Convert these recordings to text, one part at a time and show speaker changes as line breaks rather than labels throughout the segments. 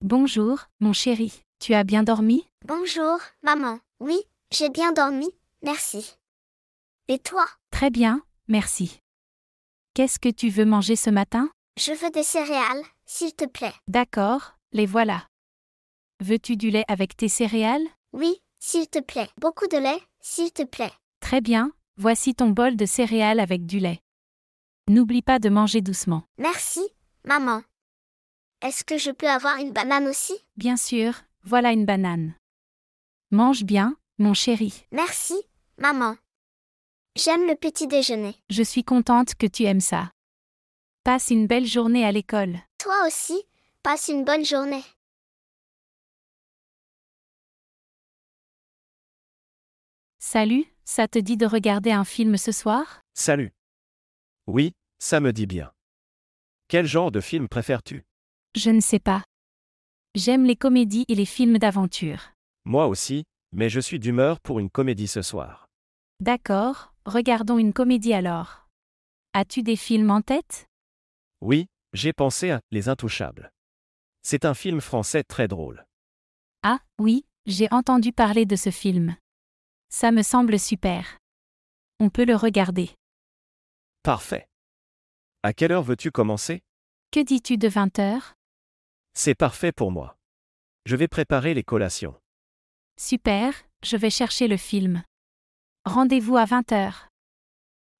Bonjour, mon chéri. Tu as bien dormi
Bonjour, maman. Oui, j'ai bien dormi, merci. Et toi
Très bien, merci. Qu'est-ce que tu veux manger ce matin
Je veux des céréales, s'il te plaît.
D'accord, les voilà. Veux-tu du lait avec tes céréales
Oui, s'il te plaît. Beaucoup de lait, s'il te plaît.
Très bien, voici ton bol de céréales avec du lait. N'oublie pas de manger doucement.
Merci, maman. Est-ce que je peux avoir une banane aussi
Bien sûr, voilà une banane. Mange bien, mon chéri.
Merci, maman. J'aime le petit déjeuner.
Je suis contente que tu aimes ça. Passe une belle journée à l'école.
Toi aussi, passe une bonne journée.
Salut, ça te dit de regarder un film ce soir
Salut. Oui, ça me dit bien. Quel genre de film préfères-tu
Je ne sais pas. J'aime les comédies et les films d'aventure.
Moi aussi, mais je suis d'humeur pour une comédie ce soir.
D'accord, regardons une comédie alors. As-tu des films en tête
Oui, j'ai pensé à Les Intouchables. C'est un film français très drôle.
Ah, oui, j'ai entendu parler de ce film. Ça me semble super. On peut le regarder.
Parfait. À quelle heure veux-tu commencer
Que dis-tu de 20 heures
C'est parfait pour moi. Je vais préparer les collations.
Super, je vais chercher le film. Rendez-vous à 20 heures.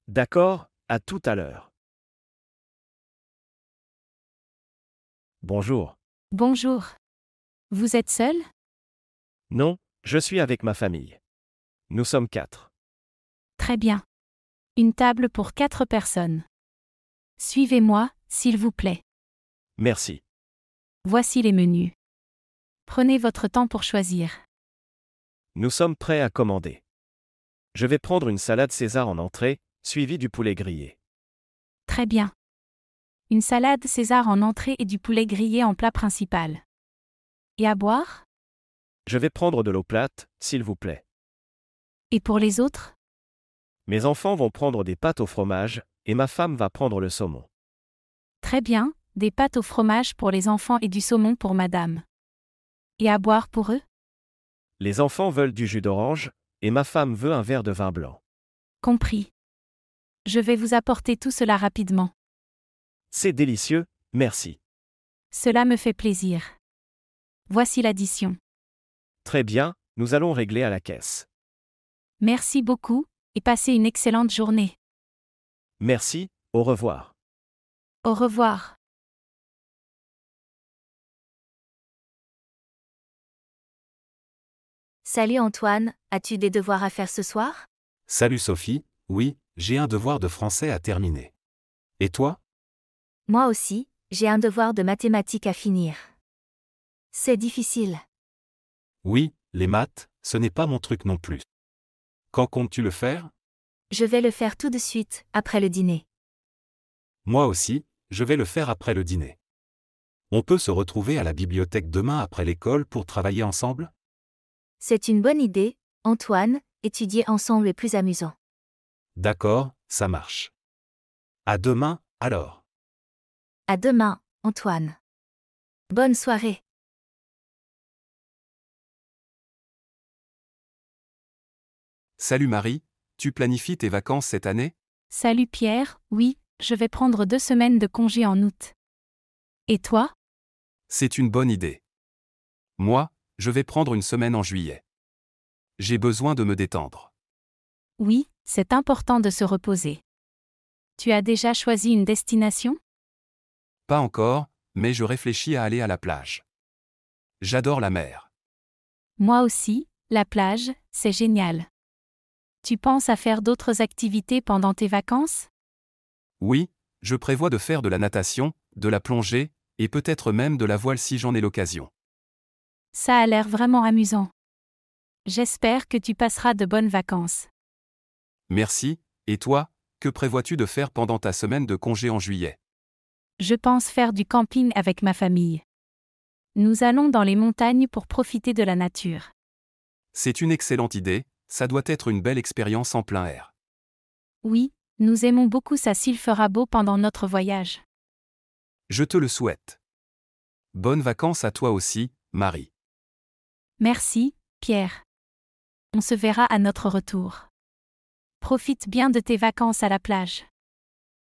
D'accord, à tout à l'heure. Bonjour.
Bonjour. Vous êtes seul
Non, je suis avec ma famille. Nous sommes quatre.
Très bien. Une table pour quatre personnes. Suivez-moi, s'il vous plaît.
Merci.
Voici les menus. Prenez votre temps pour choisir.
Nous sommes prêts à commander. Je vais prendre une salade César en entrée, suivie du poulet grillé.
Très bien. Une salade César en entrée et du poulet grillé en plat principal. Et à boire
Je vais prendre de l'eau plate, s'il vous plaît.
Et pour les autres
Mes enfants vont prendre des pâtes au fromage, et ma femme va prendre le saumon.
Très bien, des pâtes au fromage pour les enfants et du saumon pour madame. Et à boire pour eux
Les enfants veulent du jus d'orange, et ma femme veut un verre de vin blanc.
Compris. Je vais vous apporter tout cela rapidement.
C'est délicieux, merci.
Cela me fait plaisir. Voici l'addition.
Très bien, nous allons régler à la caisse.
Merci beaucoup, et passez une excellente journée.
Merci, au revoir.
Au revoir.
Salut Antoine, as-tu des devoirs à faire ce soir
Salut Sophie, oui, j'ai un devoir de français à terminer. Et toi
Moi aussi, j'ai un devoir de mathématiques à finir. C'est difficile.
Oui, les maths, ce n'est pas mon truc non plus. Quand comptes-tu le faire
Je vais le faire tout de suite, après le dîner.
Moi aussi, je vais le faire après le dîner. On peut se retrouver à la bibliothèque demain après l'école pour travailler ensemble
C'est une bonne idée, Antoine, étudier ensemble est plus amusant.
D'accord, ça marche. À demain, alors.
À demain, Antoine. Bonne soirée.
Salut Marie, tu planifies tes vacances cette année
Salut Pierre, oui, je vais prendre deux semaines de congé en août. Et toi
C'est une bonne idée. Moi, je vais prendre une semaine en juillet. J'ai besoin de me détendre.
Oui, c'est important de se reposer. Tu as déjà choisi une destination
Pas encore, mais je réfléchis à aller à la plage. J'adore la mer.
Moi aussi, la plage, c'est génial. Tu penses à faire d'autres activités pendant tes vacances
Oui, je prévois de faire de la natation, de la plongée, et peut-être même de la voile si j'en ai l'occasion.
Ça a l'air vraiment amusant. J'espère que tu passeras de bonnes vacances.
Merci, et toi, que prévois-tu de faire pendant ta semaine de congé en juillet
Je pense faire du camping avec ma famille. Nous allons dans les montagnes pour profiter de la nature.
C'est une excellente idée, ça doit être une belle expérience en plein air.
Oui, nous aimons beaucoup ça s'il fera beau pendant notre voyage.
Je te le souhaite. Bonnes vacances à toi aussi, Marie.
Merci, Pierre. On se verra à notre retour. Profite bien de tes vacances à la plage.